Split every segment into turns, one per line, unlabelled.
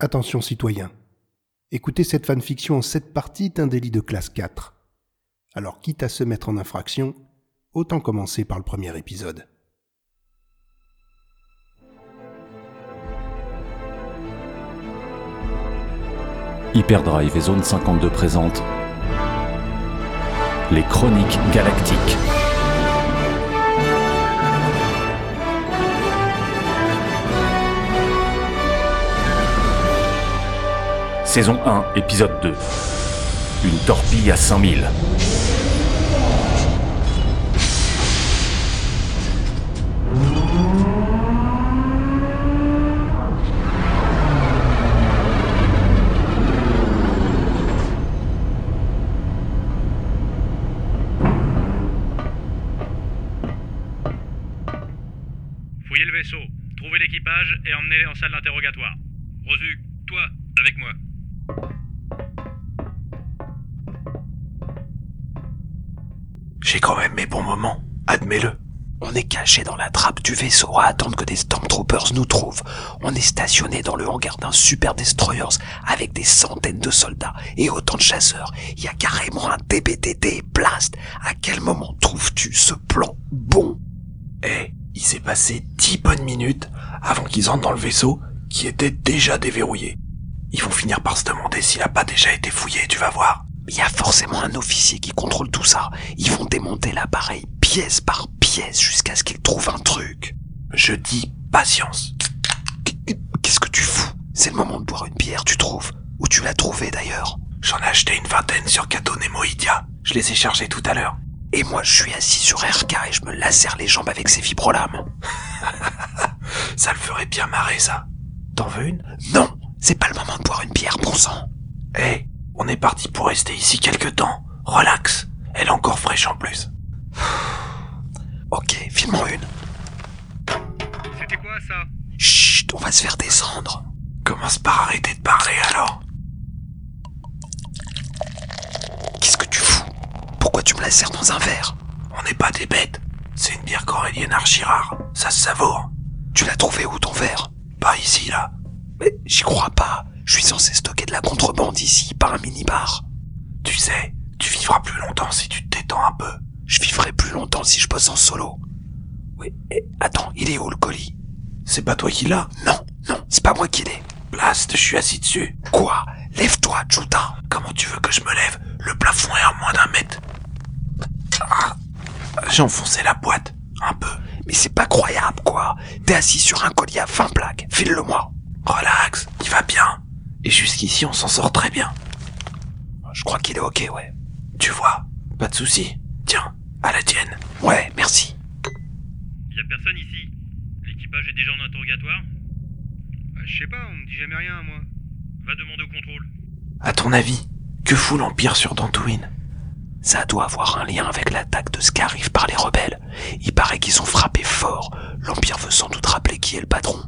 Attention citoyens. Écouter cette fanfiction en sept parties est un délit de classe 4. Alors quitte à se mettre en infraction, autant commencer par le premier épisode.
Hyperdrive et Zone 52 présentent Les Chroniques Galactiques. Saison 1, épisode 2. Une torpille à 5000.
Fouillez le vaisseau, trouvez l'équipage et emmenez-les en salle d'interrogatoire. Rosu, toi, avec moi.
J'ai quand même mes bons moments, admets-le. On est caché dans la trappe du vaisseau à attendre que des Stormtroopers nous trouvent. On est stationné dans le hangar d'un Super Destroyers avec des centaines de soldats et autant de chasseurs. Il y a carrément un TBTT blast. À quel moment trouves-tu ce plan bon Eh, il s'est passé dix bonnes minutes avant qu'ils entrent dans le vaisseau qui était déjà déverrouillé. Ils vont finir par se demander s'il a pas déjà été fouillé, tu vas voir. Il y a forcément un officier qui contrôle tout ça. Ils vont démonter l'appareil pièce par pièce jusqu'à ce qu'ils trouvent un truc. Je dis patience. Qu'est-ce que tu fous C'est le moment de boire une bière, tu trouves Où tu l'as trouvée d'ailleurs J'en ai acheté une vingtaine sur Caton et Moïdia. Je les ai chargés tout à l'heure. Et moi, je suis assis sur RK et je me lacère les jambes avec ces fibrolames. ça le ferait bien marrer, ça. T'en veux une Non, c'est pas le moment de boire une bière, bon sang. Hé, on est parti pour rester ici quelque temps. Relax, elle est encore fraîche en plus. ok, file-moi une.
C'était quoi ça
Chut, on va se faire descendre. Commence par arrêter de parler alors. Qu'est-ce que tu fous Pourquoi tu me la sers dans un verre On n'est pas des bêtes. C'est une bière corélienne Archirard. Ça se savoure. Tu l'as trouvé où ton verre Pas ici là. Mais j'y crois pas. Je suis censé stocker de la contrebande ici, pas un minibar. Tu sais, tu vivras plus longtemps si tu te détends un peu. Je vivrai plus longtemps si je bosse en solo. Oui, et attends, il est où le colis c'est pas toi qui l'as Non, non, c'est pas moi qui l'ai. Blast, je suis assis dessus. Quoi Lève-toi, Juta. Comment tu veux que je me lève Le plafond est à moins d'un mètre. Ah, j'ai enfoncé la boîte, un peu. Mais c'est pas croyable, quoi. T'es assis sur un collier à 20 plaques. File-le-moi. Relax, il va bien. Et jusqu'ici, on s'en sort très bien. Je crois qu'il est ok, ouais. Tu vois, pas de souci. Tiens, à la tienne. Ouais, merci.
Y a personne ici. L'équipage est déjà en interrogatoire Bah, Je sais pas, on me dit jamais rien, moi. Va demander au contrôle.
À ton avis, que fout l'Empire sur Dantooine Ça doit avoir un lien avec l'attaque de Scarif par les rebelles. Il paraît qu'ils ont frappé fort. L'Empire veut sans doute rappeler qui est le patron.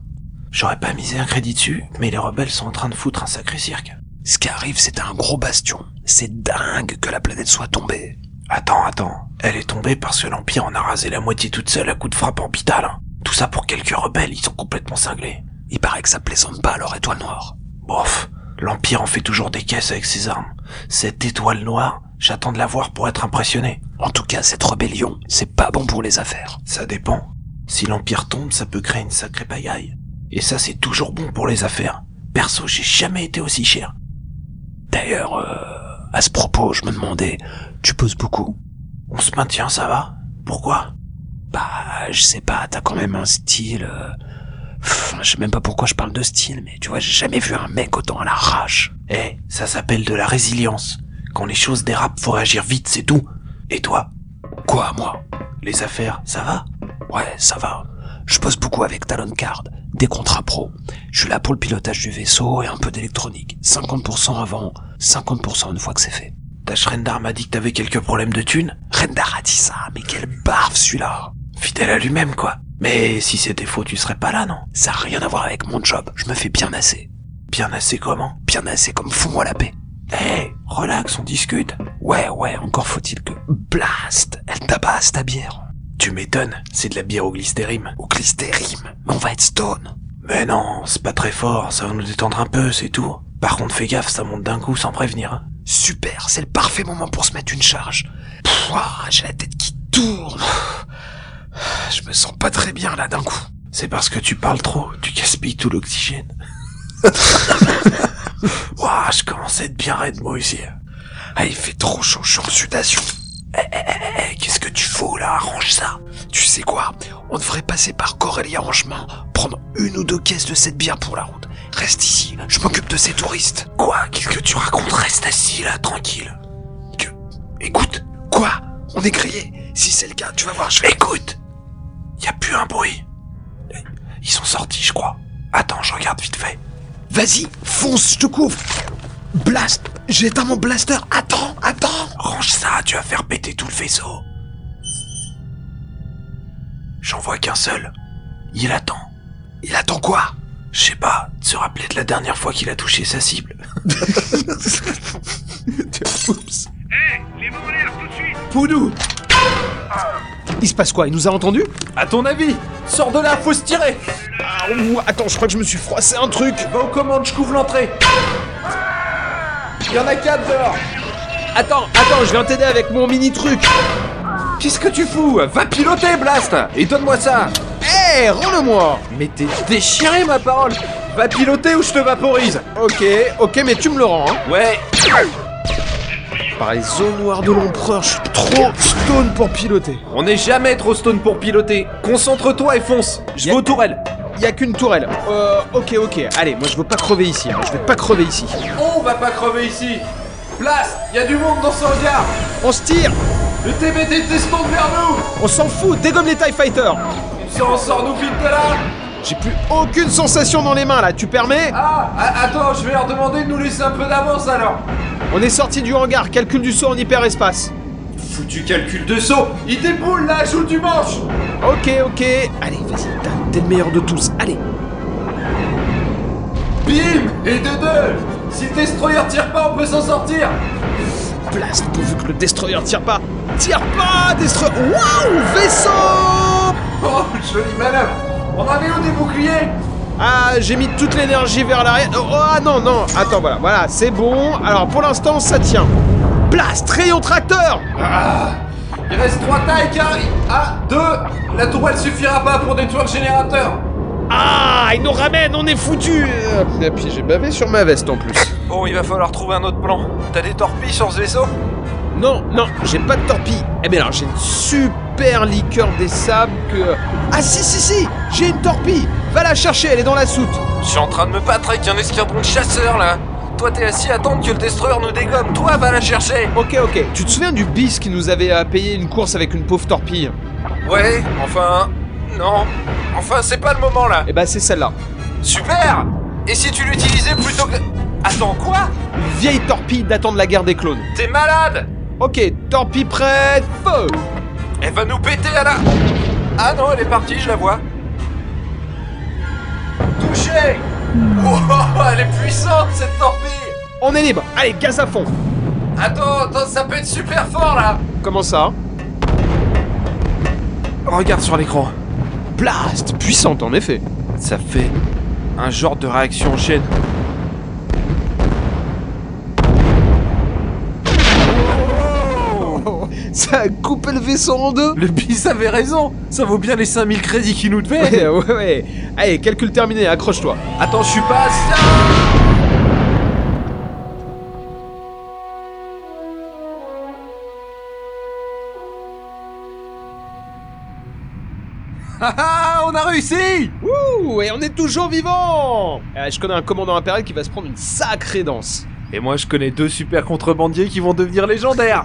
J'aurais pas misé un crédit dessus, mais les rebelles sont en train de foutre un sacré cirque. Scarif, c'est un gros bastion. C'est dingue que la planète soit tombée. Attends, attends. Elle est tombée parce que l'Empire en a rasé la moitié toute seule à coups de frappe orbitale. hein. Tout ça pour quelques rebelles, ils sont complètement cinglés. Il paraît que ça plaisante pas leur étoile noire. Bof, l'Empire en fait toujours des caisses avec ses armes. Cette étoile noire, j'attends de la voir pour être impressionné. En tout cas, cette rébellion, c'est pas bon pour les affaires. Ça dépend. Si l'Empire tombe, ça peut créer une sacrée pagaille. Et ça, c'est toujours bon pour les affaires. Perso, j'ai jamais été aussi cher. D'ailleurs, euh, à ce propos, je me demandais, tu poses beaucoup On se maintient, ça va Pourquoi Bah, je sais pas, t'as quand même un style. euh, pff, je sais même pas pourquoi je parle de style, mais tu vois, j'ai jamais vu un mec autant à l'arrache. Eh, ça s'appelle de la résilience. Quand les choses dérapent, faut réagir vite, c'est tout. Et toi Quoi, moi Les affaires, ça va Ouais, ça va. Je bosse beaucoup avec Talon Card, des contrats pro. Je suis là pour le pilotage du vaisseau et un peu d'électronique. 50% avant, 50% une fois que c'est fait. Dash Rendar m'a dit que t'avais quelques problèmes de thunes Rendar a dit ça, mais quelle barbe celui-là Fidèle à lui-même, quoi. Mais si c'était faux, tu serais pas là, non Ça a rien à voir avec mon job, je me fais bien assez. Bien assez comment Bien assez comme fous-moi la paix. Hé, relax, on discute. Ouais, ouais, encore faut-il que... Blast Elle tabasse ta bière. Tu m'étonnes, c'est de la bière au glycérime. Au glycérime Mais on va être stone. Mais non, c'est pas très fort, ça va nous détendre un peu, c'est tout. Par contre, fais gaffe, ça monte d'un coup sans prévenir. hein. Super, c'est le parfait moment pour se mettre une charge. Pff, ouah, j'ai la tête qui tourne. Je me sens pas très bien là d'un coup. C'est parce que tu parles trop, tu gaspilles tout l'oxygène. Ouah, je commence à être bien raide moi aussi. Ah, il fait trop chaud, je suis en sudation. Eh, eh, eh, eh, qu'est-ce que tu fous là Arrange ça. Tu sais quoi On devrait passer par Corélia en chemin, prendre une ou deux caisses de cette bière pour la route. Reste ici, je m'occupe de ces touristes. Quoi Qu'est-ce que tu racontes Reste assis là, tranquille. Que... Écoute. Quoi On est grillé Si c'est le cas, tu vas voir, je... Écoute Y a plus un bruit. Ils sont sortis, je crois. Attends, je regarde vite fait. Vas-y, fonce, je te couvre. Blast J'éteins mon blaster Attends, attends Range ça, tu vas faire péter tout le vaisseau. J'en vois qu'un seul. Il attend. Il attend quoi Je sais pas, de se rappeler de la dernière fois qu'il a touché sa cible. Oups.
Hé, les mains en l'air, tout de suite
Poudou Il se passe quoi Il nous a entendus
À ton avis Sors de là, faut se tirer
Ah, ouh, Attends, je crois que je me suis froissé un truc
Va aux commandes, je couvre l'entrée Y'en a quatre dehors
Attends, attends, je viens t'aider avec mon mini-truc
Qu'est-ce que tu fous Va piloter, Blast Et donne-moi ça
Hé, Eh, rends-le-moi
Mais t'es déchiré, ma parole Va piloter ou je te vaporise
Ok, ok, mais tu me le rends, hein
Ouais
Par les zones noires de l'empereur, je suis trop stone pour piloter.
On n'est jamais trop stone pour piloter Concentre-toi et fonce Je vais
Y'a-
aux tourelles
Y a qu'une tourelle. Euh, ok, ok, allez, moi je veux pas crever ici, hein, je vais pas crever ici.
On va pas crever ici Blast Y'a du monde dans ce regard
On se tire
Le TBT descend vers nous
On s'en fout, dégomme les TIE Fighters
Sors, sors-nous vite de là
J'ai plus aucune sensation dans les mains là, tu permets
Ah a- Attends, je vais leur demander de nous laisser un peu d'avance alors
On est sorti du hangar, calcul du saut en hyperespace.
Foutu calcul de saut Il déboule là, joue du manche
Ok, ok. Allez, vas-y, t'as- t'es le meilleur de tous. Allez.
Bim Et de deux Si le destroyer tire pas, on peut s'en sortir
Blast, pourvu que le destroyer tire pas. Tire pas, destroyer. Waouh, vaisseau
Oh, jolie manœuvre On en est où des boucliers
Ah, j'ai mis toute l'énergie vers l'arrière. Oh, ah non, non. Attends, voilà, voilà, c'est bon. Alors, pour l'instant, ça tient. Blast, rayon tracteur.
Ah, Il reste trois tailles car... Ah, deux La tourelle suffira pas pour détruire le générateur
Ah, il nous ramène, on est foutu. Et puis j'ai bavé sur ma veste en plus.
Bon, il va falloir trouver un autre plan. T'as des torpilles sur ce vaisseau
Non, non, j'ai pas de torpille. Eh bien alors, j'ai une super liqueur des sables que... Ah si, si, si, j'ai une torpille. Va la chercher, elle est dans la soute.
Je suis en train de me battre avec un escadron de chasseurs, là Toi, t'es assis à attendre que le destroyer nous dégomme. Toi, va la chercher
Ok, ok. Tu te souviens du bis qui nous avait euh, payé une course avec une pauvre torpille
Ouais, enfin... Non. Enfin, c'est pas le moment, là.
Eh ben c'est celle-là.
Super Et si tu l'utilisais plutôt que... Attends, quoi
Une vieille torpille datant de la guerre des clones.
T'es malade
Ok, torpille prête, feu
Elle va nous péter à la... Ah non, elle est partie, je la vois. Touché Wow, Oh, elle est puissante, cette torpille
On est libre. Allez, gaz à fond.
Attends, attends, ça pète super fort, là
Comment ça
Regarde sur l'écran.
Blast Puissante en effet.
Ça fait un genre de réaction en chaîne.
Ça a coupé le vaisseau en deux
Le bis avait raison Ça vaut bien les 5000 crédits qu'il nous devait
Ouais, Eh, ouais, ouais. Allez, calcul terminé, accroche-toi.
Attends, je suis pas assis Ah ah, on a réussi
Ouh, et on est toujours vivant Euh, Je connais un commandant impérial qui va se prendre une sacrée danse.
Et moi je connais deux super contrebandiers qui vont devenir légendaires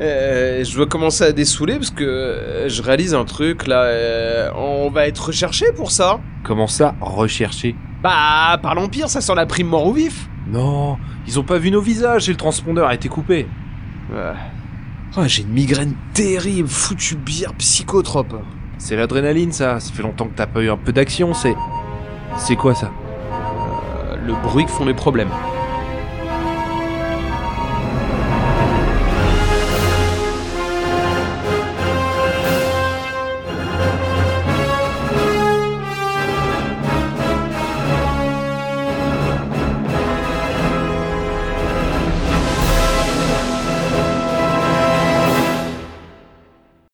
Euh, je veux commencer à dessouler parce que euh, je réalise un truc là. euh, on va être recherché pour ça.
Comment ça, rechercher
Bah, par l'Empire, ça sent la prime mort ou vif.
Non, ils ont pas vu nos visages et le transpondeur a été coupé.
Ouais. Oh, j'ai une migraine terrible, foutue bière psychotrope.
C'est l'adrénaline ça, ça fait longtemps que t'as pas eu un peu d'action, c'est... C'est quoi ça
Euh, le bruit que font les problèmes.